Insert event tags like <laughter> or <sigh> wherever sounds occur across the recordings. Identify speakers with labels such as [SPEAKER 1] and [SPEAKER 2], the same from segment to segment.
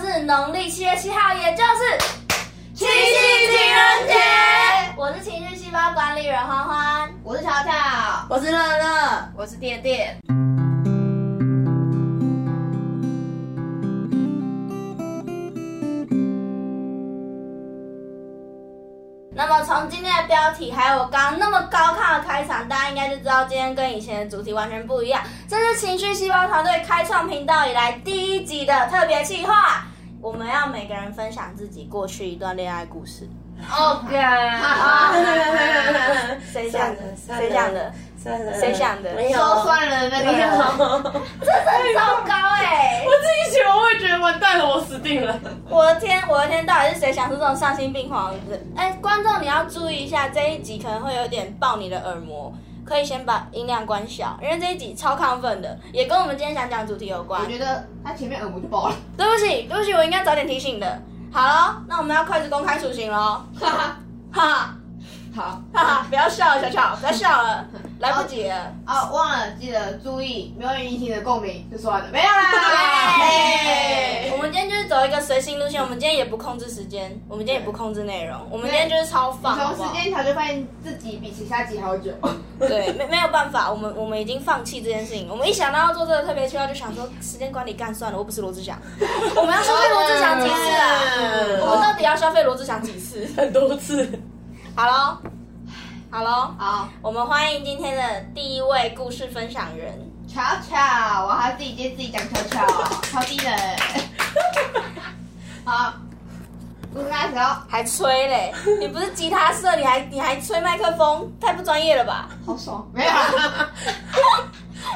[SPEAKER 1] 是农历七月七号，也就是
[SPEAKER 2] 七夕情人节。
[SPEAKER 1] 我是情绪细胞管理人欢欢。
[SPEAKER 2] 我是乔乔，
[SPEAKER 3] 我是乐乐，
[SPEAKER 2] 我是电电。
[SPEAKER 1] 那么从今天的标题，还有我刚刚那么高亢的开场，大家应该就知道今天跟以前的主题完全不一样。这是情绪细胞团队开创频道以来第一集的特别企划，我们要每个人分享自己过去一段恋爱故事。
[SPEAKER 2] OK，
[SPEAKER 1] <laughs> 谁想的？
[SPEAKER 3] 算了
[SPEAKER 1] 谁想的？
[SPEAKER 3] 算了
[SPEAKER 1] 谁想的
[SPEAKER 3] 没有，
[SPEAKER 2] 说算了那
[SPEAKER 3] 没有，
[SPEAKER 2] 个。
[SPEAKER 1] 这很糟糕哎、
[SPEAKER 3] 我自己写完我也觉得完蛋了，我死定了。
[SPEAKER 1] <laughs> 我的天，我的天，到底是谁想出这种丧心病狂的事？哎，观众你要注意一下，这一集可能会有点爆你的耳膜，可以先把音量关小，因为这一集超亢奋的，也跟我们今天想讲的主题有关
[SPEAKER 2] 我。觉得他前面耳膜就爆了，
[SPEAKER 1] 对不起，对不起，我应该早点提醒的。好咯，那我们要开始公开处刑喽！
[SPEAKER 2] 哈哈。
[SPEAKER 1] 哈哈
[SPEAKER 2] 好
[SPEAKER 1] 哈哈，不要笑了，小巧，不要笑了，来不及 <laughs> 了。
[SPEAKER 2] 啊，忘了记得注意，没有引起的共鸣就算了，没有
[SPEAKER 1] <laughs>
[SPEAKER 2] 啦。
[SPEAKER 1] 对，
[SPEAKER 2] 嘿
[SPEAKER 1] 我们今天就是走一个随性路线，我们今天也不控制时间，我们今天也不控制内容，我们今天就是超放，好
[SPEAKER 2] 从
[SPEAKER 1] 不好
[SPEAKER 2] 时间条就发现自己比其他集还要久。
[SPEAKER 1] 对，没没有办法，我们我们已经放弃这件事情。我们一想到要做这个特别计划，就想说时间管理干算了，我不是罗志祥，我们要消费罗志祥几次啊？我们到底要消费罗志祥几次？
[SPEAKER 3] 很多次，
[SPEAKER 1] 好喽，好喽，
[SPEAKER 2] 好，
[SPEAKER 1] 我们欢迎今天的第一位故事分享人。
[SPEAKER 2] 巧巧，我还自己接自己讲巧巧，超低能。好，故事开始哦。
[SPEAKER 1] 还吹嘞！你不是吉他社，你还你还吹麦克风，太不专业了吧？
[SPEAKER 2] 好爽，没有啦。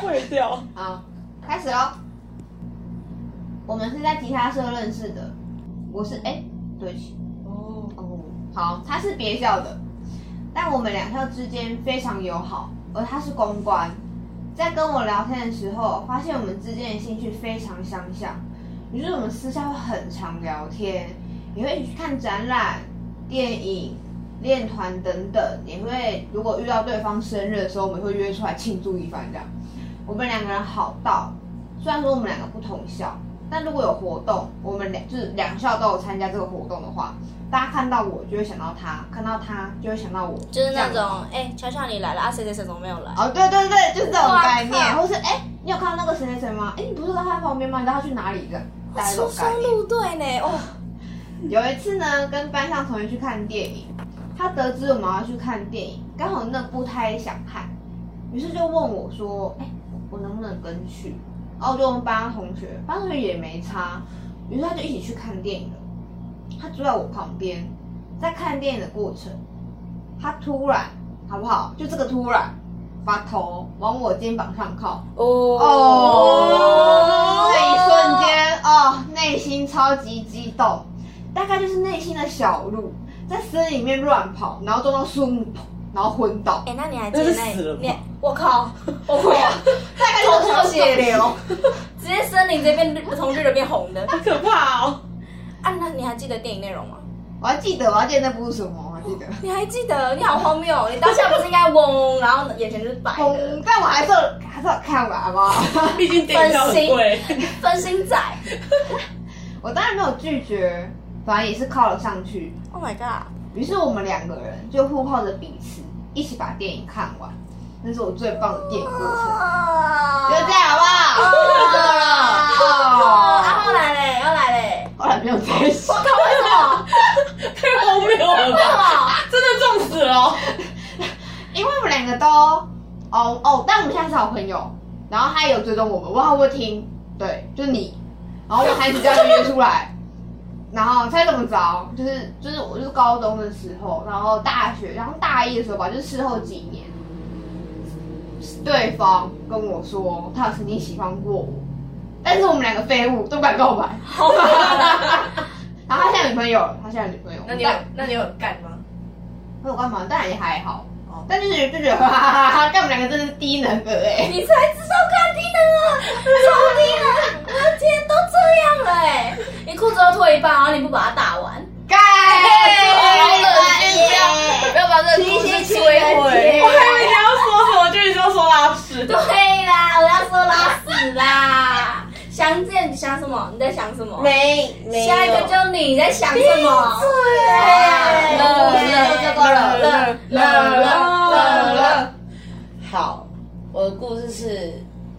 [SPEAKER 3] 毁掉。
[SPEAKER 2] 好，开始喽。我们是在吉他社认识的，我是哎、对不起，
[SPEAKER 3] 哦，
[SPEAKER 2] 哦，好，他是别校的，但我们两校之间非常友好，而他是公关。在跟我聊天的时候，发现我们之间的兴趣非常相像，于是我们私下会很常聊天，也会一起去看展览、电影、练团等等，也会如果遇到对方生日的时候，我们会约出来庆祝一番这样。我们两个人好到，虽然说我们两个不同校，但如果有活动，我们两就是两校都有参加这个活动的话，大家看到我就会想到他，看到他就会想到我，
[SPEAKER 1] 就是那
[SPEAKER 2] 这样
[SPEAKER 1] 种，哎、巧巧你来了，啊谁谁谁怎么没有来？
[SPEAKER 2] 哦，对对对，就是这种概念，
[SPEAKER 1] 哇靠
[SPEAKER 2] 或是哎、你有看到那个谁谁谁吗？哎，你不是在他旁边吗？你知道他去哪里的？大家都
[SPEAKER 1] 出
[SPEAKER 2] 概
[SPEAKER 1] 双
[SPEAKER 2] 念。
[SPEAKER 1] 入对呢，哦，
[SPEAKER 2] 有一次呢，跟班上同学去看电影，他得知我们要去看电影，刚好那部他也想看，于是就问我说：“哎、我能不能跟去？”然后我就问班上同学，班上同学也没差，于是他就一起去看电影了。他坐在我旁边，在看电影的过程，他突然，好不好？就这个突然，把头往我肩膀上靠。
[SPEAKER 1] 哦
[SPEAKER 2] 哦，那一瞬，间哦，内心超级激动，大概就是内心的小鹿在森林里面乱跑，然后撞到树木，然后昏倒
[SPEAKER 1] 哎、，那你还记得
[SPEAKER 3] 那是死了
[SPEAKER 1] 那？
[SPEAKER 3] 吧
[SPEAKER 1] 你我靠，
[SPEAKER 2] <laughs> 我会啊，大概就是小血流，
[SPEAKER 1] 直接森林这边从绿的变红的
[SPEAKER 3] 好可怕哦！
[SPEAKER 1] 啊！那你还记得电影内容吗？
[SPEAKER 2] 我还记得，我还记得那部是什么，我还记得。
[SPEAKER 1] 你还记得？你好荒谬哦！你当下不是应该嗡，然后眼前就是白的，
[SPEAKER 2] 嗯，但我还是有还是有看完，好不好？ <laughs>
[SPEAKER 3] 毕竟电影票很贵，
[SPEAKER 1] 分心仔。
[SPEAKER 2] 我当然没有拒绝，反正也是靠了上去。
[SPEAKER 1] Oh my god！
[SPEAKER 2] 于是我们两个人就互靠着彼此，一起把电影看完。那是我最棒的电影过程。就这样好不好？够
[SPEAKER 1] 哦，啊，
[SPEAKER 2] 了。
[SPEAKER 1] 后来嘞，后来嘞，
[SPEAKER 2] 后来没有再一起，
[SPEAKER 1] 靠，为什么？
[SPEAKER 3] 太荒谬了
[SPEAKER 1] 为什
[SPEAKER 3] 吧！
[SPEAKER 1] 么？
[SPEAKER 3] 真的撞死了哦。
[SPEAKER 2] 因为我们两个都，哦哦，但我们现在是好朋友。然后他也有追踪我们，我好会听，对，就是你。然后我们还一直这样约出来，然后猜怎么着？就是就是我就是高中的时候，然后大学，然后大一的时候吧，就是事后几年，对方跟我说他有曾经喜欢过我，但是我们两个废物都不敢
[SPEAKER 1] <laughs>
[SPEAKER 2] 告白。
[SPEAKER 1] 好可怕！
[SPEAKER 2] 然后他现在有女朋友了，他现在有女朋友。但
[SPEAKER 1] 那你有干吗？
[SPEAKER 2] 那我干嘛？当然也还好。哦，但就是就觉得哈哈哈哈，干我们两个真是低能的哎、
[SPEAKER 1] 你才知道干低能啊，超低能！我的天，都这样了哎、你裤子都脱一半，然后你不把它打完，
[SPEAKER 2] 干！
[SPEAKER 1] 不要把这个
[SPEAKER 2] 故事摧毁
[SPEAKER 3] 我还以为你要说什么，就你就说拉屎。
[SPEAKER 1] 对啦，我要说拉屎啦！小相见你想什么？你在想什么？
[SPEAKER 2] 没没
[SPEAKER 1] 下一个就你在想什么？对
[SPEAKER 2] 乐乐乐乐乐乐，
[SPEAKER 4] 好，我的故事是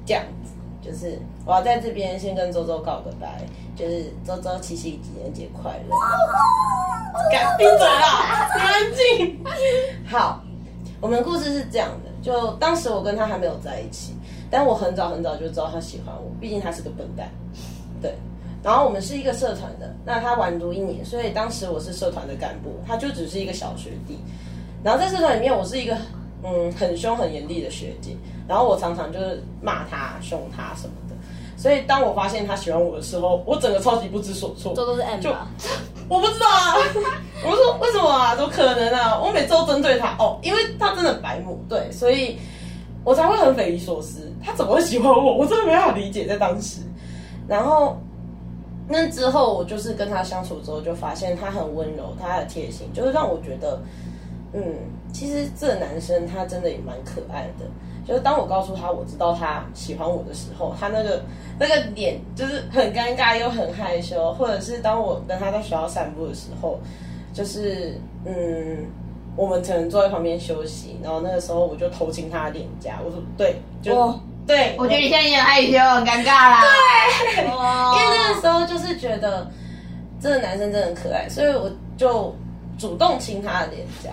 [SPEAKER 4] 这样子，就是我要在这边先跟周周告个白，就是周周七夕情人节快乐。敢闭嘴啦！你安静。好，我们的故事是这样的，就当时我跟他还没有在一起，但我很早很早就知道他喜欢我，毕竟他是个笨蛋。对，然后我们是一个社团的，那他晚读一年，所以当时我是社团的干部，他就只是一个小学弟。然后在社团里面，我是一个嗯很凶很严厉的学姐，然后我常常就是骂他、凶他什么的。所以当我发现他喜欢我的时候，我整个超级不知所措。
[SPEAKER 1] 周周是 M 吧？哦
[SPEAKER 4] 我不知道啊，我就说为什么啊？怎么可能啊？我每周针对他哦，因为他真的很白目，对，所以我才会很匪夷所思，他怎么会喜欢我？我真的没办法理解在当时。然后那之后，我就是跟他相处之后，就发现他很温柔，他很贴心，就是让我觉得，嗯，其实这个男生他真的也蛮可爱的。就是当我告诉他我知道他喜欢我的时候，他那个那个脸就是很尴尬又很害羞，或者是当我跟他在学校散步的时候，就是嗯，我们可能坐在旁边休息，然后那个时候我就偷亲他的脸颊，我说对，就、
[SPEAKER 1] 哇
[SPEAKER 4] 对，
[SPEAKER 2] 我觉得你现在有点害羞，很尴尬啦。
[SPEAKER 1] 哦，
[SPEAKER 4] 因为那个时候就是觉得这个男生真的很可爱，所以我就主动亲他的脸颊。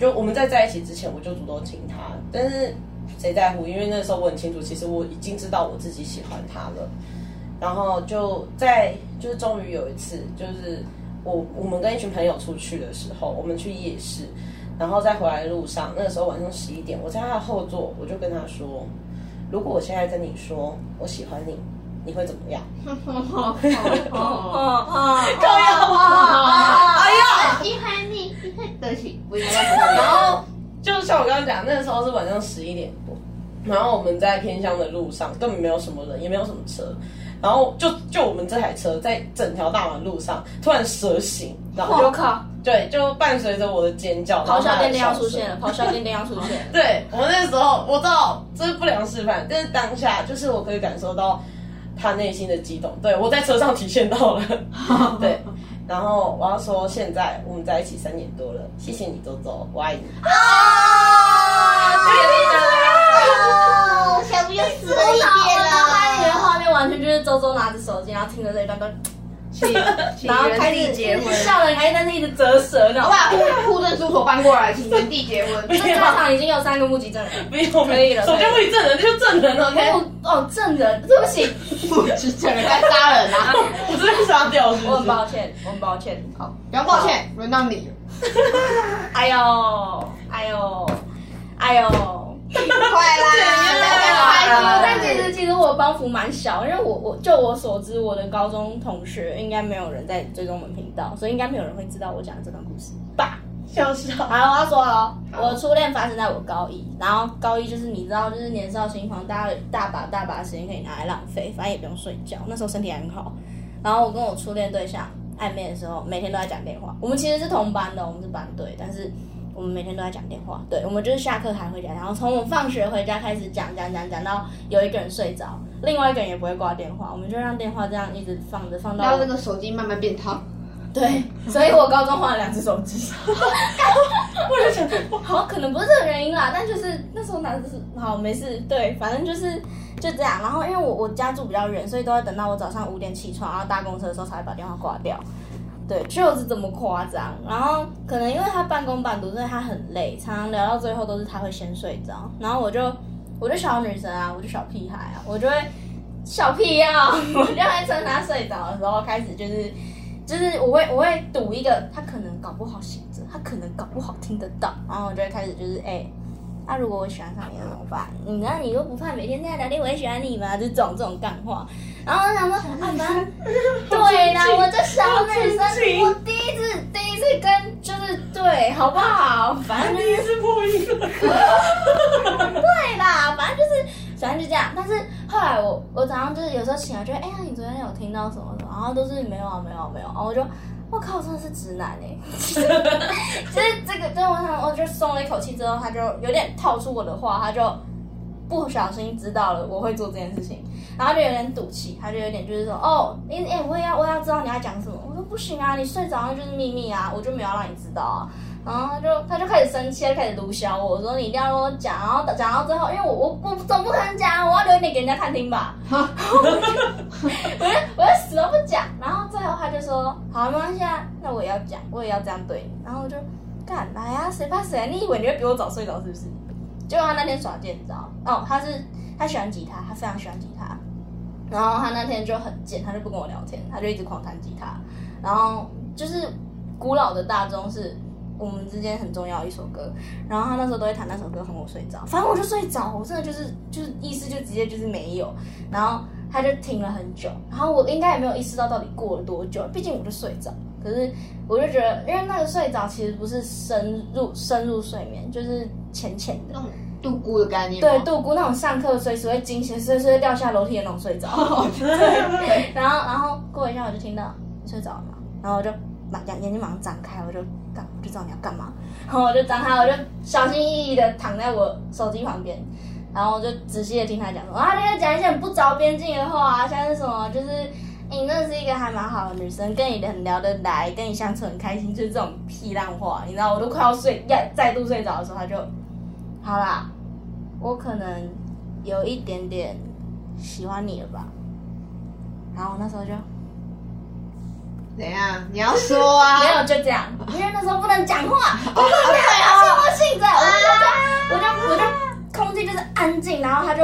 [SPEAKER 4] 就我们在在一起之前，我就主动亲他，但是谁在乎？因为那时候我很清楚，其实我已经知道我自己喜欢他了。然后就在就是终于有一次，就是我我们跟一群朋友出去的时候，我们去夜市，然后在回来的路上，那个时候晚上十一点，我在他的后座，我就跟他说：“如果我现在跟你说我喜欢你，你会怎么样？”
[SPEAKER 1] 哦哦，
[SPEAKER 4] 够用吗？哎呀，
[SPEAKER 2] 喜欢你，你会对不起，不应
[SPEAKER 4] 然
[SPEAKER 2] 该。
[SPEAKER 4] 后就像我刚刚讲，那个时候是晚上十一点多，然后我们在偏乡的路上，根本没有什么人，也没有什么车，然后就就我们这台车在整条大马路上突然蛇行，然后
[SPEAKER 1] 我
[SPEAKER 4] 就
[SPEAKER 1] 靠，
[SPEAKER 4] 对，就伴随着我的尖叫，
[SPEAKER 1] 咆哮
[SPEAKER 4] 店
[SPEAKER 1] 电灯要出现了，咆哮电灯要出现了。
[SPEAKER 4] 对我那时候我知道这是不良示范，但是当下就是我可以感受到他内心的激动，对我在车上体现到
[SPEAKER 1] <laughs>
[SPEAKER 4] 了。对，然后我要说，现在我们在一起三年多了，谢谢你周周，我爱你。
[SPEAKER 2] 哦，小不就死了一
[SPEAKER 1] 我
[SPEAKER 2] 边
[SPEAKER 1] 脑海里的
[SPEAKER 2] 了。
[SPEAKER 1] 画面完全就是周周拿着手机，然后听着这一段歌，然
[SPEAKER 2] 然后
[SPEAKER 1] 后开
[SPEAKER 2] 开
[SPEAKER 1] 始
[SPEAKER 2] 始结
[SPEAKER 1] 一直
[SPEAKER 2] 婚，
[SPEAKER 1] 笑了，还但是一直折舌呢
[SPEAKER 2] 我。把户户政出口搬过来，请原地结婚。
[SPEAKER 1] 这现场已经有三个目击证人。
[SPEAKER 4] 不用，
[SPEAKER 1] 可以了
[SPEAKER 4] 首先不理证人就是证人，OK。
[SPEAKER 1] 哦哦，证人，对不起，
[SPEAKER 2] 不是这个该杀人啊！
[SPEAKER 4] 我真的杀掉，是
[SPEAKER 1] 我
[SPEAKER 4] 不
[SPEAKER 1] 很
[SPEAKER 4] 是？
[SPEAKER 1] 抱歉，我很抱歉。好，
[SPEAKER 2] 不要抱歉，轮到你了。
[SPEAKER 1] 哎呦，哎呦，哎呦。哎
[SPEAKER 2] 快啦！
[SPEAKER 1] 但其实其实我帮扶蛮小，因为我我就我所知，我的高中同学应该没有人在追踪我们频道，所以应该没有人会知道我讲的这段故事。
[SPEAKER 4] 笑笑。
[SPEAKER 1] <laughs> 好，我要说了哦，我初恋发生在我高一，然后高一就是你知道，就是年少轻狂，大家有大把大把的时间可以拿来浪费，反正也不用睡觉，那时候身体还很好。然后我跟我初恋对象暧昧的时候，每天都在讲电话。我们其实是同班的，我们是班队，但是我们每天都在讲电话。对，我们就是下课还回家，然后从我放学回家开始讲讲讲讲到有一个人睡着，另外一个人也不会挂电话，我们就让电话这样一直放着放到
[SPEAKER 2] 到那个手机慢慢变烫，
[SPEAKER 1] 对，所以我高中换了两只手机。
[SPEAKER 4] 我就想，
[SPEAKER 1] 好，可能不是这个原因啦，但就是那时候拿的是好没事，对，反正就是就这样。然后因为我我家住比较远，所以都要等到我早上五点起床，然后搭公车的时候才会把电话挂掉。对，就是这么夸张。然后可能因为他半工半读，所以他很累，常常聊到最后都是他会先睡着，然后我就我就小女生啊，我就小屁孩啊，我就会小屁呀、 <laughs> 我就会趁他睡着的时候开始就是。就是我会我会赌一个，他可能搞不好醒着，他可能搞不好听得到，然后我就会开始就是哎，那、如果我喜欢上你了怎么办？你那你又不怕每天在聊天我也喜欢你吗？就这种这种干话。然后我想说，啊，反正对啦，我这小女生，我第一次第一次跟就是对，好不好？反正就是
[SPEAKER 4] 你是破音了。
[SPEAKER 1] 对啦，反正就是反正就这样。但是后来我我早上就是有时候醒来就会，哎、呀，你昨天有听到什么什么？然后都是没有啊，没有、啊、没有、啊，然后我就。我靠，真的是直男哎、就是这个，就是我想，我就松了一口气之后，他就有点套出我的话，他就不小心知道了我会做这件事情，然后就有点赌气，他就有点就是说，哦，你哎、我也要我也要知道你要讲什么。我说不行啊，你睡着了就是秘密啊，我就没有要让你知道啊。然后他就他就开始生气，他就开始撸小我，我说你一定要跟我讲，然后讲到最后，因为我我我总不可能讲，我要留一点给人家探听吧。 <laughs> 我就我就死都不讲，然后最后他就说好没关系啊，那我也要讲，我也要这样对你。然后我就干来啊，谁怕谁啊？你以为你会比我早睡着是不是？结果他那天耍贱，你知道吗？哦，他是他喜欢吉他，他非常喜欢吉他。然后他那天就很贱，他就不跟我聊天，他就一直狂弹吉他。然后就是古老的大钟是我们之间很重要的一首歌，然后他那时候都会弹那首歌哄我睡着，反正我就睡着，我真的就是就是意思就直接就是没有，然后他就停了很久，然后我应该也没有意识到到底过了多久，毕竟我就睡着，可是我就觉得，因为那个睡着其实不是深入深入睡眠，就是浅浅的，
[SPEAKER 2] 那种度孤的概念吗，
[SPEAKER 1] 对，度过那种上课随时会惊醒、随时会掉下楼梯的那种睡着。然后，然后过一下我就听到你睡着了吗？然后我就哎马眼眼睛马上张开，我就干，我就知道你要干嘛。然后我就张开，我就小心翼翼的躺在我手机旁边，然后我就仔细的听他讲说，啊，他就讲一些很不着边际的话啊，像是什么就是。你真的是一个还蛮好的女生，跟你很聊得来，跟你相处很开心，就是这种屁烂话，你知道，我都快要睡，要再度睡着的时候，他就，好啦，我可能有一点点喜欢你了吧。然后我那时候就
[SPEAKER 2] 怎样？你要说啊，
[SPEAKER 1] 没有就这样，因为那时候不能讲话，我
[SPEAKER 2] 哦
[SPEAKER 1] 不能讲话，我信着，
[SPEAKER 2] 啊
[SPEAKER 1] 我就我就我就空气就是安静，然后他就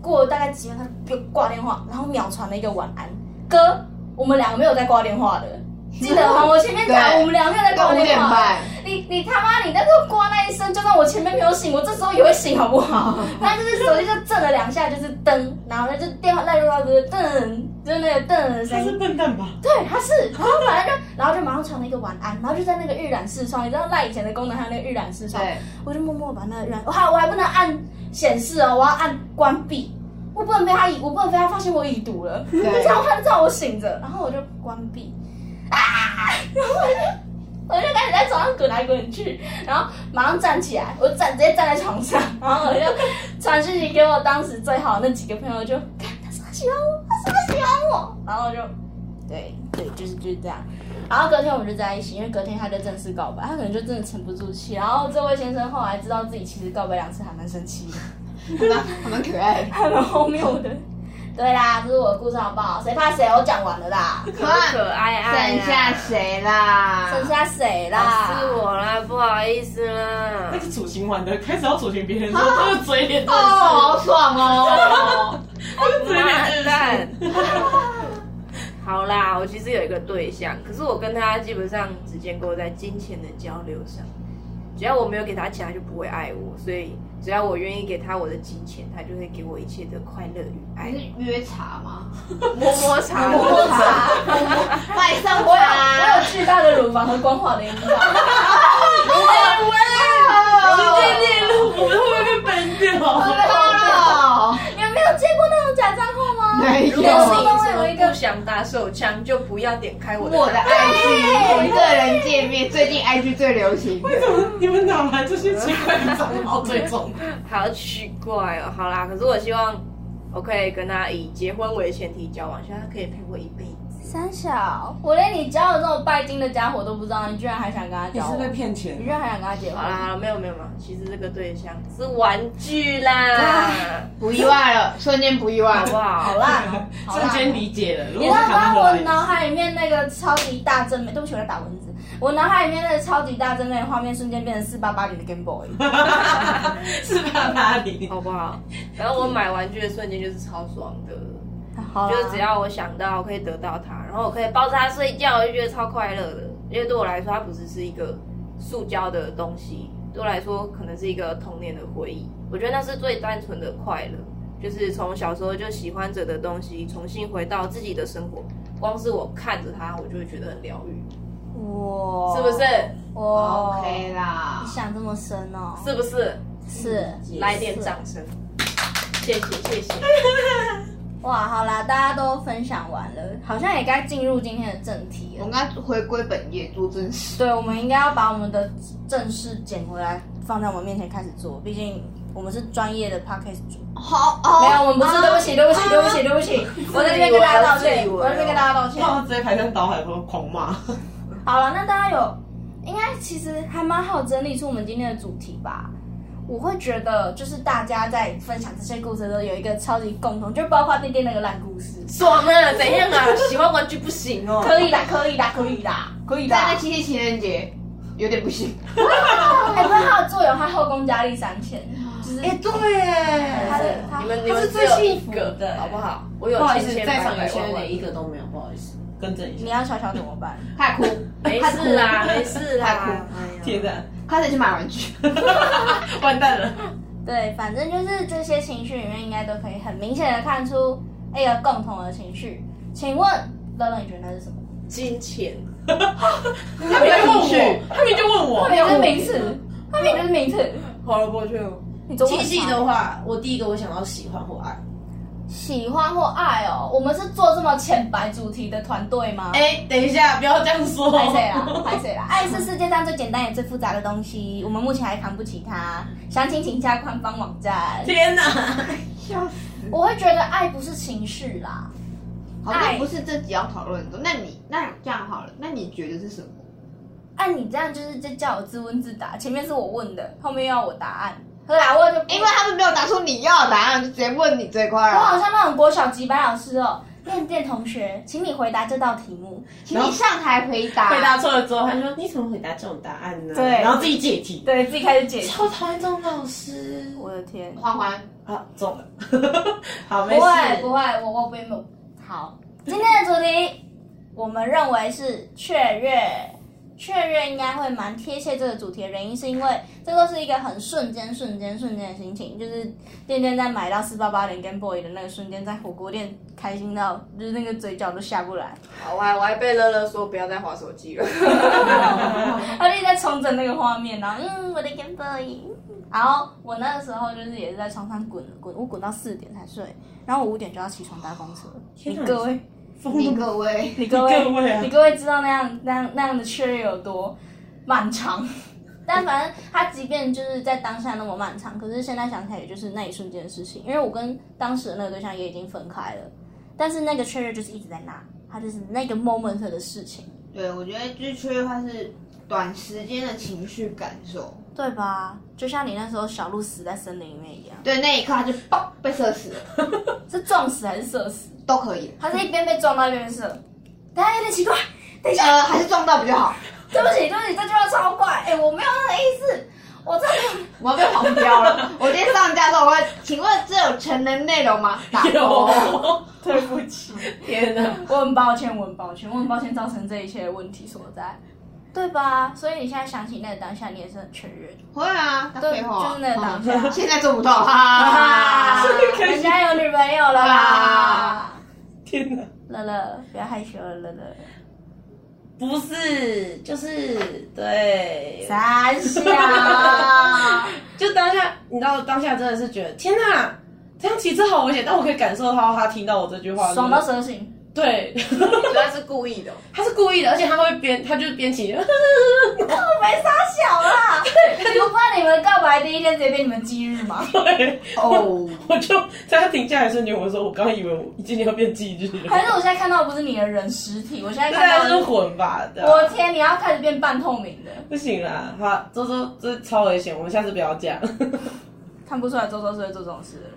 [SPEAKER 1] 过了大概几分钟，他就挂电话，然后秒传了一个晚安，哥，我们两个没有在挂电话的，记得吗？我前面讲
[SPEAKER 2] 对
[SPEAKER 1] 我们两个没有在挂
[SPEAKER 2] 到五点
[SPEAKER 1] 电话。
[SPEAKER 2] 半，
[SPEAKER 1] 你你他妈你那个刮那一声，就算我前面没有醒，我这时候也会醒，好不好？ <laughs> 他就是手机就震了两下，就是噔，然后呢就电话赖入到就是噔，就是那个噔的
[SPEAKER 4] 他
[SPEAKER 1] 声
[SPEAKER 4] 是
[SPEAKER 1] 音。
[SPEAKER 4] 笨蛋吧？
[SPEAKER 1] 对，他是，然后反正就，然后就马上传了一个晚安，然后就在那个预览视窗，你知道赖以前的功能还有那个预览视窗，
[SPEAKER 2] 对，
[SPEAKER 1] 我就默默把那个预览，我还我还不能按显示哦，我要按关闭，我不能被他已，我不能被他发现我已读了，
[SPEAKER 2] 对
[SPEAKER 1] 他知道他知道我醒着，然后我就关闭，啊，然后我就我就开始在床上滚来滚去，然后马上站起来，我站直接站在床上，然后我就传讯息给我当时最好的那几个朋友就，看他说他喜欢我，他说他喜欢我，然后我就。对对，就是就是这样。然后隔天我们就在一起，因为隔天他就正式告白，他可能就真的沉不住气。然后这位先生后来知道自己其实告白两次，还蛮生气的，
[SPEAKER 2] 还蛮还蛮可爱的。
[SPEAKER 1] 还蛮荒谬的。对啦，这是我的故事好不好？谁怕谁？我讲完了啦，
[SPEAKER 2] 看，
[SPEAKER 3] 可爱啊爱、
[SPEAKER 2] 剩下？谁啦？
[SPEAKER 1] 剩下谁啦？
[SPEAKER 3] 是我啦，不好意思啦
[SPEAKER 4] 那。个处刑完的，开始要处刑别人的时
[SPEAKER 1] 啊
[SPEAKER 4] 候，那个嘴脸真的
[SPEAKER 2] 哦，
[SPEAKER 4] 是，
[SPEAKER 2] 好爽哦！
[SPEAKER 4] 那个嘴脸真的
[SPEAKER 3] <laughs>
[SPEAKER 4] 是
[SPEAKER 3] 蛋。好啦，我其实有一个对象，可是我跟他基本上只建构在金钱的交流上。只要我没有给他钱，他就不会爱我，所以只要我愿意给他我的金钱，他就会给我一切的快乐与 <laughs> 爱
[SPEAKER 2] 你。是约茶吗？
[SPEAKER 3] 摸摸茶，
[SPEAKER 1] 摸摸茶，
[SPEAKER 2] 晚上啊
[SPEAKER 1] 我有我有巨大的乳房和光滑的阴 <laughs> 道。
[SPEAKER 4] 我们会不会被崩掉？
[SPEAKER 1] 你们没有见过那种假账号吗？
[SPEAKER 2] 没有
[SPEAKER 3] 如果
[SPEAKER 1] 有时
[SPEAKER 3] 是
[SPEAKER 1] 候
[SPEAKER 3] 你
[SPEAKER 1] 都会有
[SPEAKER 3] 什
[SPEAKER 1] 一
[SPEAKER 3] 么
[SPEAKER 1] 个
[SPEAKER 3] 不想打手枪，就不要点开我的。
[SPEAKER 2] 我的 IG 个人界面最近 IG 最流行的，
[SPEAKER 4] 为什么你们哪来这些奇怪的长毛最终？
[SPEAKER 3] 好奇怪哦。好啦，可是我希望我可以跟他以结婚为前提交往，希望他可以陪我一辈子。
[SPEAKER 1] 三小，我连你交了这种拜金的家伙都不知道，你居然还想跟他
[SPEAKER 4] 你
[SPEAKER 1] 交
[SPEAKER 4] 是
[SPEAKER 1] 往？
[SPEAKER 4] 被
[SPEAKER 1] 你
[SPEAKER 4] 骗钱
[SPEAKER 1] 居？然还想跟他结婚
[SPEAKER 3] 好？啦，好啦没有没有没有，其实这个对象是玩具啦，
[SPEAKER 2] 不意外了，瞬间不意外
[SPEAKER 3] <laughs> 好不
[SPEAKER 2] 了。
[SPEAKER 1] 好
[SPEAKER 3] 好？
[SPEAKER 1] 烂
[SPEAKER 4] <laughs>
[SPEAKER 1] 哦，好
[SPEAKER 4] 瞬
[SPEAKER 1] 烂哦
[SPEAKER 4] 间理解了。如
[SPEAKER 1] 你
[SPEAKER 4] 果
[SPEAKER 1] 知
[SPEAKER 4] 是
[SPEAKER 1] 道
[SPEAKER 4] 谈
[SPEAKER 1] 吗？
[SPEAKER 4] 论
[SPEAKER 1] 我
[SPEAKER 4] 的
[SPEAKER 1] 脑
[SPEAKER 4] 话，
[SPEAKER 1] 海里面那个超级大正面，对不起，我在打蚊子。我脑海里面那个超级大正面的画面，瞬间变成四八八零的 Game Boy。 <laughs>
[SPEAKER 4] 是八八零。
[SPEAKER 1] 哦
[SPEAKER 3] 好不好？然后我买玩具的瞬间就是超爽的，
[SPEAKER 1] 好啦
[SPEAKER 3] 就是只要我想到可以得到它，然后我可以抱着它睡觉，我就觉得超快乐的。因为对我来说，它不只是一个塑胶的东西，对我来说可能是一个童年的回忆。我觉得那是最单纯的快乐，就是从小时候就喜欢着的东西，重新回到自己的生活。光是我看着它，我就会觉得很疗愈，
[SPEAKER 1] 哇，
[SPEAKER 3] 是不是？？
[SPEAKER 1] 哇
[SPEAKER 2] OK 啦
[SPEAKER 1] 你，想这么深哦？
[SPEAKER 3] 是不是？
[SPEAKER 1] 是
[SPEAKER 3] 来点掌声，谢谢谢谢。
[SPEAKER 1] 哇，好啦，大家都分享完了，好像也该进入今天的正题
[SPEAKER 2] 我
[SPEAKER 1] 了
[SPEAKER 2] 们。该回归本业做正事。
[SPEAKER 1] 对，我们应该要把我们的正事捡回来，放在我们面前开始做。毕竟我们是专业的 podcast 主。
[SPEAKER 2] 好哦，
[SPEAKER 1] 没有，我们不是，对不起，对不起，对不起，对不
[SPEAKER 3] <laughs>
[SPEAKER 1] 起，我在这边跟大家道
[SPEAKER 3] 啊自
[SPEAKER 1] 歉，
[SPEAKER 3] 以为哦
[SPEAKER 1] 我在这边跟大家道歉。
[SPEAKER 4] 他直接排山倒海说狂骂。
[SPEAKER 1] 好了，那大家有应该其实还蛮好整理出我们今天的主题吧。我会觉得，就是大家在分享这些故事的时候，有一个超级共同，就包括店店那个烂故事。
[SPEAKER 3] 爽啊！怎样啊？喜欢玩具不行哦。
[SPEAKER 1] 可以啦，可以啦，可以啦，可以啦
[SPEAKER 2] 在那。七夕情人节有点不行。
[SPEAKER 1] 哎，不是他的作用，他后宫佳丽三千，就是
[SPEAKER 4] 哎、对耶，
[SPEAKER 1] 他的他
[SPEAKER 3] 你们你
[SPEAKER 4] 他
[SPEAKER 3] 们
[SPEAKER 4] 是最
[SPEAKER 3] 只有
[SPEAKER 4] 幸福的，
[SPEAKER 3] 好不？好？我有
[SPEAKER 4] 不好意
[SPEAKER 3] 千
[SPEAKER 4] 思，
[SPEAKER 3] 千
[SPEAKER 4] 在
[SPEAKER 3] 百
[SPEAKER 4] 场有
[SPEAKER 3] 百
[SPEAKER 4] 些
[SPEAKER 3] 万
[SPEAKER 4] 人
[SPEAKER 3] 万
[SPEAKER 4] 连，一个都没有，不好意思，更正一
[SPEAKER 1] 你
[SPEAKER 4] 下。
[SPEAKER 1] 要小小怎么办？
[SPEAKER 2] 太哭，
[SPEAKER 3] 没事啦，
[SPEAKER 4] 啊
[SPEAKER 3] <laughs> 没事
[SPEAKER 2] 太酷
[SPEAKER 3] 啦。哎呀
[SPEAKER 4] 贴的，
[SPEAKER 2] 快点去买玩具。
[SPEAKER 4] 完蛋了。
[SPEAKER 1] 对，反正就是这些情绪里面，应该都可以很明显的看出一个共同的情绪。请问乐乐，你觉得那是什么？
[SPEAKER 3] 金钱，
[SPEAKER 4] 他没问我，他没就问我
[SPEAKER 1] 它，明明就是名次，它明明就是名次。
[SPEAKER 3] 跑了过去哦。
[SPEAKER 1] 你总
[SPEAKER 5] 七夕的话，我第一个我想到喜欢或爱。
[SPEAKER 1] 喜欢或爱哦，我们是做这么浅白主题的团队吗？
[SPEAKER 5] 哎，等一下，不要这样说。
[SPEAKER 1] 拍谁啦？拍谁啦？爱是世界上最简单也最复杂的东西，我们目前还扛不起它。详情请加官方网站。
[SPEAKER 5] 天哪！
[SPEAKER 2] 笑死！
[SPEAKER 1] 我会觉得爱不是情绪啦，
[SPEAKER 2] 好
[SPEAKER 1] 爱
[SPEAKER 2] 像不是这集要讨论的。那你那这样好了，那你觉得是什么？
[SPEAKER 1] 按哎你这样就是就叫我自问自答，前面是我问的，后面又要我答案。对啊，我就
[SPEAKER 2] 因为他们没有答出你要的答案，就直接问你最快
[SPEAKER 1] 我好
[SPEAKER 2] 了。
[SPEAKER 1] 像那种国小几班老师哦。练练同学，请你回答这道题目。
[SPEAKER 2] 请你上台回答。
[SPEAKER 4] 回答错了之后，他说你怎么回答这种答案呢？
[SPEAKER 1] 对
[SPEAKER 4] 然后自己解题。
[SPEAKER 1] 对自己开始解
[SPEAKER 4] 超讨厌这种老师。
[SPEAKER 1] 我的天，
[SPEAKER 2] 欢欢，
[SPEAKER 4] 好，中了。好，
[SPEAKER 1] 不
[SPEAKER 4] 没
[SPEAKER 1] 会
[SPEAKER 4] 事。
[SPEAKER 1] 不会，我我不会弄。好，今天的主题我们认为是雀跃，雀跃应该会蛮贴切这个主题的原因，是因为这都是一个很瞬间、瞬间、瞬间的心情，就是店店在买到四八八零跟 boy 的那个瞬间，在火锅店开心到就是那个嘴角都下不
[SPEAKER 4] <laughs>
[SPEAKER 1] 来，
[SPEAKER 3] 好，我还我还被乐乐说不要再划手机了。
[SPEAKER 1] 他就一直在冲着那个画面，然后嗯，我的 Game Boy。然后我那个时候就是也是在床上滚滚，我滚到四点才睡，然后我五点就要起床搭公车。你
[SPEAKER 4] 哪
[SPEAKER 1] 各位，
[SPEAKER 2] 你各位，
[SPEAKER 1] 你各位，
[SPEAKER 4] 各位啊
[SPEAKER 1] 你各位知道那样那样那样的确认有多漫 <laughs> 长。但反正他即便就是在当下那么漫长，可是现在想起来也就是那一瞬间的事情。因为我跟当时的那个对象也已经分开了，但是那个确认就是一直在那，他就是那个 moment 的事情，
[SPEAKER 2] 对我觉得最缺的话是短时间的情绪感受。
[SPEAKER 1] 对吧？就像你那时候小鹿死在森林里面一样，
[SPEAKER 2] 对，那一刻他就嘣被射死了， <laughs>
[SPEAKER 1] 是撞死还是射死？
[SPEAKER 2] 都可以。
[SPEAKER 1] 他是一边被撞到一边被射，等一下有点奇怪。等一下，
[SPEAKER 2] 呃，还是撞到比较好。
[SPEAKER 1] 对不起，对不起，这句话超怪，哎、我没有那个意思，我真的。
[SPEAKER 2] 我要被黄标了。我今天上架之后，我问，请问这有成人内容吗？打勾。
[SPEAKER 4] 有，对不起，天哪！
[SPEAKER 1] 我很抱歉，我很抱歉，我很抱歉造成这一切的问题所在，对吧？所以你现在想起那个当下，你也是很确认，
[SPEAKER 2] 会啊，打废话。
[SPEAKER 1] 就是那个当
[SPEAKER 2] 嗯
[SPEAKER 1] 下。
[SPEAKER 2] 现在做不到，哈哈 <laughs>
[SPEAKER 1] 啊
[SPEAKER 2] 哈。
[SPEAKER 1] 人家有女朋友了啦
[SPEAKER 2] 啊！
[SPEAKER 4] 天哪！
[SPEAKER 1] 乐乐，不要害羞了，乐乐。
[SPEAKER 5] 不是，就是对，
[SPEAKER 1] 三笑，
[SPEAKER 5] 就当下，你知道当下真的是觉得天哪，这样骑车好危险，但我可以感受到他听到我这句话，
[SPEAKER 1] 爽到
[SPEAKER 5] 就是
[SPEAKER 1] 蛇形。
[SPEAKER 5] 对，
[SPEAKER 4] <laughs>
[SPEAKER 3] 所以他是故意的哦。
[SPEAKER 5] 他是故意的，而且他会边，他就是边骑，
[SPEAKER 1] 我没傻笑啦，你不怕你们告白第一天直接被你们忌日吗？
[SPEAKER 4] 对，
[SPEAKER 2] 哦，
[SPEAKER 4] <laughs> 我就在他停下来的瞬间，我说我刚刚以为我今天要变忌日了，
[SPEAKER 1] 还是我现在看到的不是你的人实体，我现在
[SPEAKER 4] 大
[SPEAKER 1] 看
[SPEAKER 4] 概
[SPEAKER 1] 到
[SPEAKER 4] 啊是
[SPEAKER 1] 的是，
[SPEAKER 4] 混吧的。
[SPEAKER 1] 我天，你要开始变半透明的，
[SPEAKER 4] 不行啦，好，周周这超危险，我们下次不要
[SPEAKER 1] <laughs>
[SPEAKER 4] 这样。
[SPEAKER 1] 看不出来周周是会做这种事的人。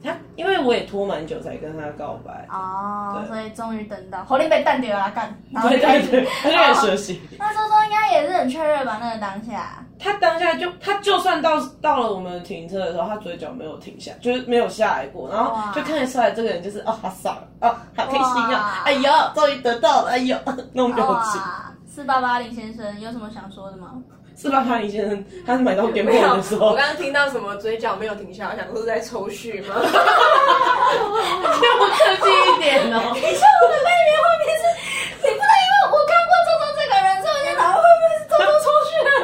[SPEAKER 4] 他因为我也拖蛮久才跟他告白，
[SPEAKER 1] 哦，
[SPEAKER 4] 对
[SPEAKER 1] 所以终于等到，火力被淡掉了， <laughs> 干，然后
[SPEAKER 4] 对
[SPEAKER 1] 就开
[SPEAKER 4] 对
[SPEAKER 1] 始
[SPEAKER 4] 对，他就
[SPEAKER 1] 哦
[SPEAKER 4] 开始蛇形。
[SPEAKER 1] 那周周应该也是很确认吧？那个当下，
[SPEAKER 4] 他当下就他就算到到了我们停车的时候，他嘴角没有停下，就是没有下来过，然
[SPEAKER 1] 哇
[SPEAKER 4] 后就看得出来这个人就是哦，他傻了，哦，好开心
[SPEAKER 1] 哇
[SPEAKER 4] 啊，哎呦，终于得到了，哎呦，那种表情。
[SPEAKER 1] 哇，四哦啊八八林先生有什么想说的吗？
[SPEAKER 4] 四八八林先生，他买到 Game
[SPEAKER 3] <laughs> 没
[SPEAKER 4] Boy
[SPEAKER 3] 有
[SPEAKER 4] 的时，
[SPEAKER 3] 我
[SPEAKER 4] 候，
[SPEAKER 3] 刚刚听到什么嘴角没有停下，我想说是在抽蓄
[SPEAKER 4] <laughs>
[SPEAKER 3] 吗？
[SPEAKER 5] 我客气一点哦。
[SPEAKER 1] 你像我的背面画面是，你不能因为我看过周周这个人，所以我就脑后面是周周出去那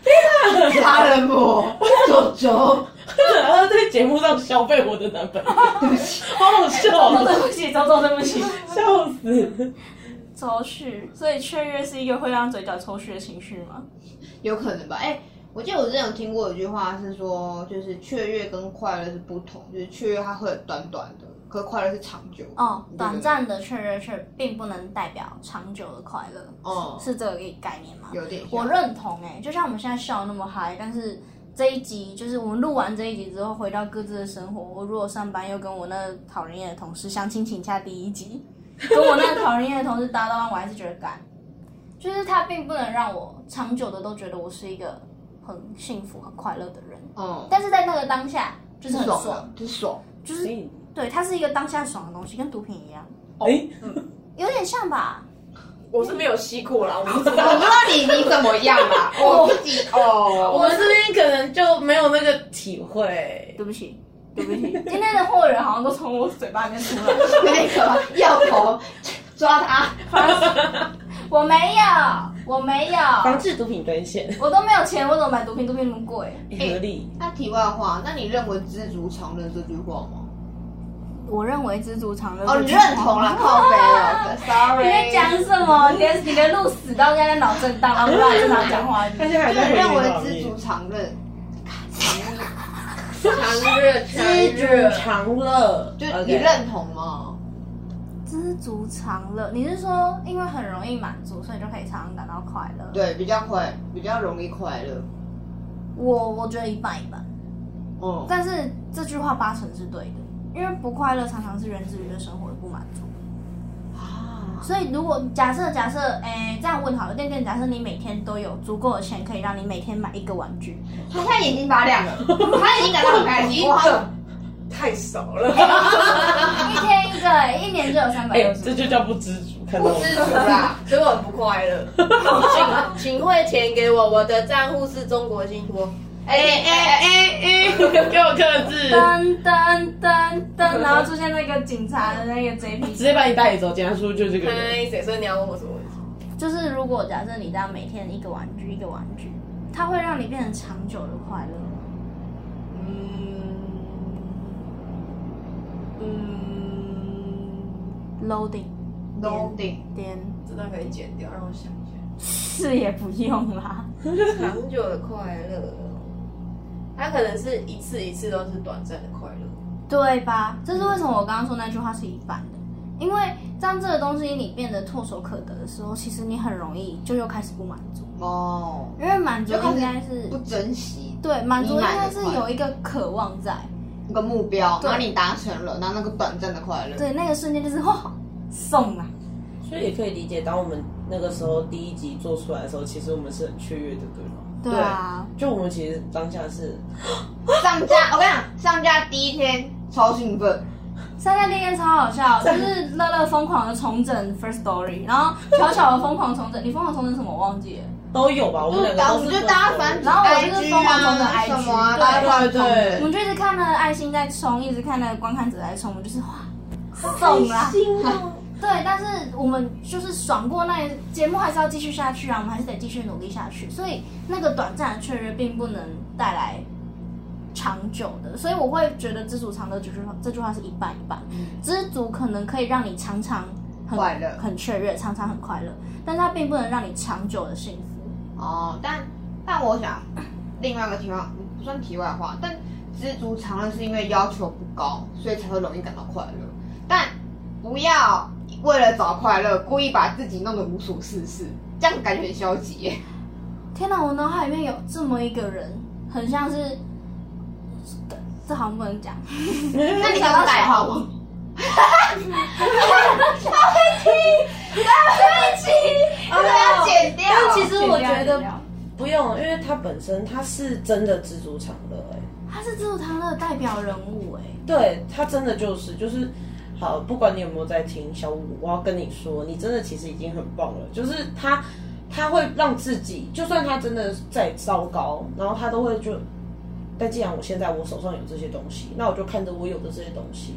[SPEAKER 1] <laughs> 边。
[SPEAKER 2] 杀人魔，九九，
[SPEAKER 4] 然 <laughs> 后在节目上消费我的男朋友，对不起，好好笑
[SPEAKER 1] <laughs>
[SPEAKER 4] 哦，
[SPEAKER 1] 对不起，周周，对不起。
[SPEAKER 4] 笑死。
[SPEAKER 1] 抽蓄，所以雀跃是一个会让嘴角抽蓄的情绪吗？
[SPEAKER 2] 有可能吧？哎、我记得我之前有听过一句话是说，就是雀跃跟快乐是不同，就是雀跃它会很短短的，可是快乐是长久的。
[SPEAKER 1] 哦，短暂的确认是并不能代表长久的快乐，
[SPEAKER 2] 哦
[SPEAKER 1] 是这个概念吗？
[SPEAKER 2] 有点像
[SPEAKER 1] 我认同哎、就像我们现在笑得那么嗨，但是这一集就是我们录完这一集之后，回到各自的生活。我如果上班又跟我那讨人厌的同事相亲，请假第一集，跟我那讨人厌的同事搭档，我还是觉得干，就是他并不能让我长久的都觉得我是一个很幸福、很快乐的人，
[SPEAKER 2] 嗯，
[SPEAKER 1] 但是在那个当下就是很
[SPEAKER 2] 爽啊
[SPEAKER 1] 爽，
[SPEAKER 2] 的，就是爽。
[SPEAKER 5] 所以
[SPEAKER 1] 对，它是一个当下爽的东西，跟毒品一样，
[SPEAKER 4] 哎，
[SPEAKER 1] 有点像吧。
[SPEAKER 3] 我是没有吸过啦，我不知道
[SPEAKER 2] 我不知道你你怎么样啦， <laughs> 我自己哦，
[SPEAKER 5] 我们这边可能就没有那个体会。
[SPEAKER 1] 对不起，对不起，今天的货源好像都从我嘴巴里面出来。
[SPEAKER 2] 有点可怕，要头抓他。
[SPEAKER 1] 我没有，我没有，
[SPEAKER 5] 防治毒品专线，
[SPEAKER 1] 我都没有钱，我怎么买毒品？毒品那么贵，
[SPEAKER 5] 合理。
[SPEAKER 2] 那题外话，那你认为知足常乐这句话吗？
[SPEAKER 1] 我认为知足常乐。
[SPEAKER 2] 哦，你认同啦，靠背 <laughs> 了
[SPEAKER 1] 你
[SPEAKER 2] ，sorry。
[SPEAKER 1] 在讲什么？你的你的路死到现在脑震
[SPEAKER 2] <laughs>
[SPEAKER 1] 荡，然后不知道正常讲话。
[SPEAKER 5] 现在还
[SPEAKER 2] 就
[SPEAKER 5] 在
[SPEAKER 2] 你
[SPEAKER 5] 回
[SPEAKER 2] 认为
[SPEAKER 5] 忆画
[SPEAKER 2] 知
[SPEAKER 5] 面
[SPEAKER 2] 足常乐，
[SPEAKER 3] 常热
[SPEAKER 5] 知足常乐，
[SPEAKER 2] 就
[SPEAKER 5] OK
[SPEAKER 2] 你认同吗？
[SPEAKER 1] 知足常乐，你是说因为很容易满足，所以就可以常常感到快乐？，
[SPEAKER 2] 对，比较快，比较容易快乐。
[SPEAKER 1] 我我觉得一半一半，
[SPEAKER 2] 嗯，
[SPEAKER 1] 但是这句话八成是对的，因为不快乐常常是源自于对生活的不满足。
[SPEAKER 2] 啊，
[SPEAKER 1] 所以，如果假设假设，哎、这样问好了，店店，假设你每天都有足够的钱，可以让你每天买一个玩具，
[SPEAKER 2] <laughs> 他现在眼睛发亮了， <laughs> 他已经感到很开心。哇，
[SPEAKER 4] 太少了，
[SPEAKER 1] 一天一个、哎一年就有三百
[SPEAKER 5] 哎、
[SPEAKER 1] 六
[SPEAKER 5] 这
[SPEAKER 1] 十。
[SPEAKER 5] 就叫不知足，看到吗？
[SPEAKER 2] 知足啦，
[SPEAKER 3] 所以我很不
[SPEAKER 4] <laughs>
[SPEAKER 3] 快乐。请请汇钱给我，我的账户是中国信
[SPEAKER 4] <laughs>
[SPEAKER 3] 托。哎哎哎哎，
[SPEAKER 5] 给我克
[SPEAKER 2] <laughs>
[SPEAKER 5] 制，
[SPEAKER 1] 噔噔噔噔，然后出现那个警察的那个 <laughs> JP，
[SPEAKER 5] 直接把你带走，检查出就这个人。
[SPEAKER 3] 嗨，谁说你要问我什么问题？
[SPEAKER 1] 就是如果假设你这样每天一个玩具一个玩具，它会让你变成长久的快乐吗。
[SPEAKER 3] 嗯嗯，
[SPEAKER 1] Loading
[SPEAKER 2] 都顶。
[SPEAKER 1] 点
[SPEAKER 3] 这段可以剪掉，让我想一下。
[SPEAKER 1] 是也不用啦，
[SPEAKER 3] 长久的嗯快乐哦，它可能是一次一次都是短暂的快乐。
[SPEAKER 1] 对吧？这是为什么我刚刚说那句话是一半的，因为当这个东西你变得唾手可得的时候，其实你很容易就又开始不满足。
[SPEAKER 2] 哦，
[SPEAKER 1] 因为满足
[SPEAKER 2] 就开
[SPEAKER 1] 应
[SPEAKER 2] 始
[SPEAKER 1] 该是
[SPEAKER 2] 不珍惜
[SPEAKER 1] 对满足
[SPEAKER 2] 你
[SPEAKER 1] 应
[SPEAKER 2] 买的
[SPEAKER 1] 该是
[SPEAKER 2] 快乐
[SPEAKER 1] 有一个渴望在，
[SPEAKER 2] 那个目标，然后你达成了，然后那个短暂的快乐。
[SPEAKER 1] 对那个瞬间就是哇送啊，
[SPEAKER 5] 所以也可以理解，当我们那个时候第一集做出来的时候，其实我们是很雀跃的，对吗？
[SPEAKER 1] 对啊，
[SPEAKER 5] 就我们其实当下是
[SPEAKER 2] 上架，我跟你讲，上架第一天超兴奋，
[SPEAKER 1] 三三天天超好笑，就是乐乐疯狂的重整 First Story，然后小小的疯狂重整，你疯狂重整什么我忘记了，
[SPEAKER 5] 都有吧，我们两
[SPEAKER 2] 然
[SPEAKER 5] 个
[SPEAKER 2] 后
[SPEAKER 5] 都
[SPEAKER 2] 我
[SPEAKER 5] 是
[SPEAKER 2] 们就大家
[SPEAKER 5] <laughs>
[SPEAKER 2] 翻，
[SPEAKER 1] 然后我就是疯狂冲着 IG
[SPEAKER 2] 什么啊，
[SPEAKER 1] 对
[SPEAKER 2] 大家翻
[SPEAKER 5] 对
[SPEAKER 1] 我们就一直看那个爱心在冲，一直看那个观看者在冲，我们就是哇送啊啦。
[SPEAKER 3] <laughs>
[SPEAKER 1] 对，但是我们就是爽过那一节目，还是要继续下去啊，我们还是得继续努力下去。所以那个短暂的雀跃并不能带来长久的，所以我会觉得知足常乐这句话，这句话是一半一半。知足可能可以让你常常很
[SPEAKER 2] 嗯快乐
[SPEAKER 1] 很雀跃，常常很快乐，但它并不能让你长久的幸福。
[SPEAKER 2] 哦，但但我想另外一个题外不算题外话，但知足常乐是因为要求不高，所以才会容易感到快乐。但不要为了找快乐，故意把自己弄得无所事事，这样感觉很消极耶。
[SPEAKER 1] 天哪，我脑海里面有这么一个人，很像是，这这好像不能讲。
[SPEAKER 2] 那 <laughs> 你想要代
[SPEAKER 5] <laughs>
[SPEAKER 2] 号吗？
[SPEAKER 5] 啊
[SPEAKER 2] 对不起，哦要剪掉。
[SPEAKER 1] 但其实我觉得
[SPEAKER 5] 不用，因为他本身他是真的知足常乐、哎，
[SPEAKER 1] 他是知足常乐的代表人物哎、
[SPEAKER 5] 对他真的就是就是。好，不管你有没有在听小五，我要跟你说，你真的其实已经很棒了。就是他，他会让自己，就算他真的再糟糕，然后他都会就，但既然我现在我手上有这些东西，那我就看着我有的这些东西，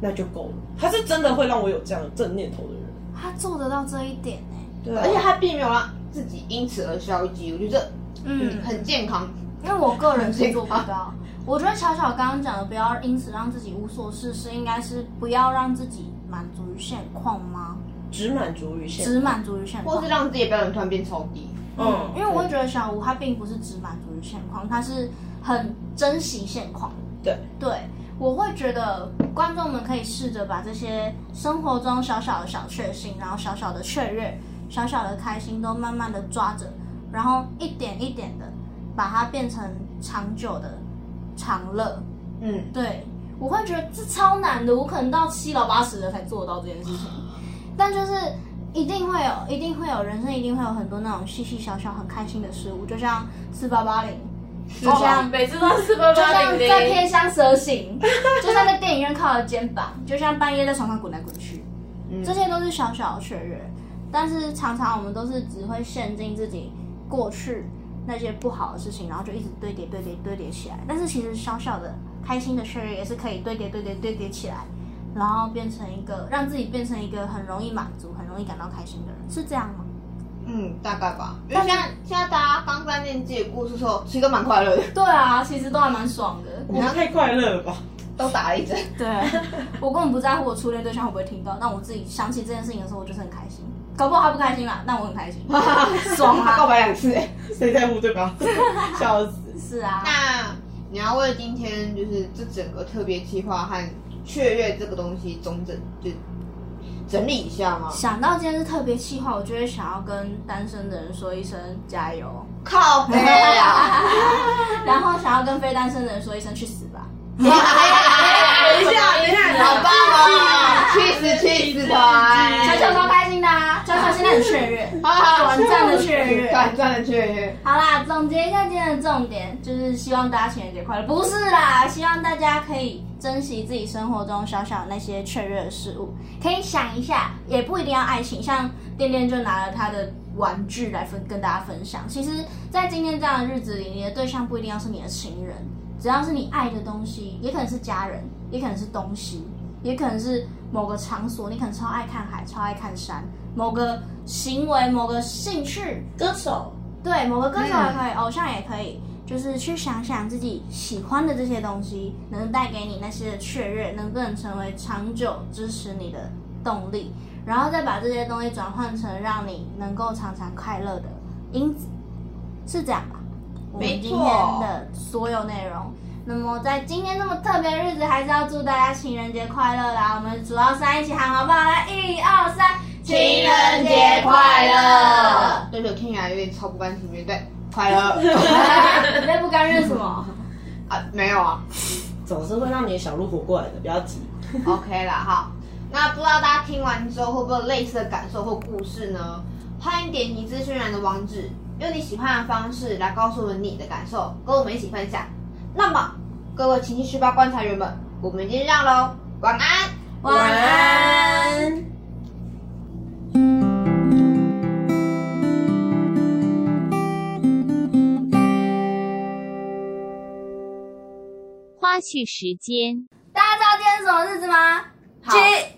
[SPEAKER 5] 那就够了。他是真的会让我有这样的正念头的人，
[SPEAKER 1] 他做得到这一点哎、
[SPEAKER 5] 对啊、
[SPEAKER 2] 而且他并没有让自己因此而消极，我觉得
[SPEAKER 1] 嗯，
[SPEAKER 2] 很健康。
[SPEAKER 1] 因为我个人是做不到。我觉得巧巧刚刚讲的，不要因此让自己无所事事，应该是不要让自己满足于现况吗？
[SPEAKER 5] 只满足于现
[SPEAKER 1] 只满足于现
[SPEAKER 2] 或
[SPEAKER 1] 况
[SPEAKER 2] 是。让自己的标准突然变超低。
[SPEAKER 1] 嗯，因为我会
[SPEAKER 5] 对
[SPEAKER 1] 觉得小吴他并不是只满足于现况，他是很珍惜现况。
[SPEAKER 5] 对
[SPEAKER 1] 对，我会觉得观众们可以试着把这些生活中小小的小确幸，然后小小的雀跃、小小的开心，都慢慢的抓着，然后一点一点的把它变成长久的长乐。
[SPEAKER 2] 嗯，
[SPEAKER 1] 对，我会觉得这超难的，我可能到七老八十了才做得到这件事情。但就是一定会有，一定会有，人生一定会有很多那种细细小小很开心的事物，就像四八八零，就像
[SPEAKER 3] 每次都是八
[SPEAKER 1] 就
[SPEAKER 3] 八
[SPEAKER 1] 像
[SPEAKER 3] 零
[SPEAKER 1] 在
[SPEAKER 3] 零，
[SPEAKER 1] 天香蛇 <laughs> 行，就像在电影院靠着肩膀，就像半夜在床上滚来滚去，
[SPEAKER 2] 嗯
[SPEAKER 1] 这些都是小小的雀跃。但是常常我们都是只会陷进自己过去那些不好的事情，然后就一直堆叠、堆叠、堆叠起来。但是其实小小的开心的雀跃也是可以堆叠、堆叠、堆叠起来，然后变成一个让自己变成一个很容易满足、很容易感到开心的人，是这样吗？
[SPEAKER 2] 嗯，大概吧。因为现在现在大家刚在念自己的故事的时候，其实都蛮快乐的，
[SPEAKER 1] 对啊，其实都还蛮爽的。
[SPEAKER 5] 我们太快乐了吧？
[SPEAKER 1] <laughs>
[SPEAKER 2] 都打了一针。 <laughs>
[SPEAKER 1] 对，我根本不在乎我初恋对象会不会听到，但我自己想起这件事情的时候，我就是很开心。搞不好他不开心啦，但我很开心， <laughs> 爽
[SPEAKER 2] 告
[SPEAKER 1] 啊！
[SPEAKER 2] <laughs> 白两次。
[SPEAKER 5] 谁在乎对吧？笑死！
[SPEAKER 1] 是啊，
[SPEAKER 2] 那你要为今天就是这整个特别计划和雀跃这个东西总整就整理一下吗？
[SPEAKER 1] 想到今天是特别气话，我就会想要跟单身的人说一声加油，
[SPEAKER 2] 靠背啊！
[SPEAKER 1] <laughs> 然后想要跟非单身的人说一声去死吧。
[SPEAKER 2] 等
[SPEAKER 3] 一下等一下
[SPEAKER 2] 好棒哦！去死去死
[SPEAKER 1] 球
[SPEAKER 2] 团，
[SPEAKER 1] 球超开心的啊，球球现在很雀
[SPEAKER 2] <laughs>
[SPEAKER 1] 跃，短暂的雀跃。
[SPEAKER 2] 短暂的雀跃。
[SPEAKER 1] 好啦，总结一下今天的重点，就是希望大家情人节快乐。不是啦，希望大家可以珍惜自己生活中小小那些确认的事物，可以想一下，也不一定要爱情。像店店就拿了他的玩具来分跟大家分享。其实，在今天这样的日子里，你的对象不一定要是你的情人，只要是你爱的东西，也可能是家人，也可能是东西，也可能是某个场所。你可能超爱看海，超爱看山，某个行为，某个兴趣，
[SPEAKER 4] 歌手，
[SPEAKER 1] 对，某个歌手也可以，偶像也可以，就是去想想自己喜欢的这些东西，能带给你那些的确认，能不能成为长久支持你的动力，然后再把这些东西转换成让你能够常常快乐的因子，是这样吧？我们
[SPEAKER 2] 没
[SPEAKER 1] 今
[SPEAKER 2] 错
[SPEAKER 1] 天的所有内容。那么在今天这么特别的日子，还是要祝大家情人节快乐啦！我们数到三一起喊好不好？来，一二三，情
[SPEAKER 2] 人节快乐！对对，听起来有点超不甘情愿，对， <laughs> 快乐
[SPEAKER 1] 你在不甘愿什么？
[SPEAKER 2] 啊，没有啊。
[SPEAKER 5] 总是会让你的小鹿活过来的，不要急。
[SPEAKER 2] <laughs> OK 啦，好，那不知道大家听完之后会不会有类似的感受或故事呢？欢迎点击资讯栏的网址，用你喜欢的方式来告诉我们你的感受，跟我们一起分享。那么，各位情绪细胞观察员们，我们今天这样喽，晚安。
[SPEAKER 1] 晚安。
[SPEAKER 6] 花絮时间。
[SPEAKER 1] 大家知道今天是什么日子吗？<laughs>
[SPEAKER 2] 好
[SPEAKER 1] 七 <laughs>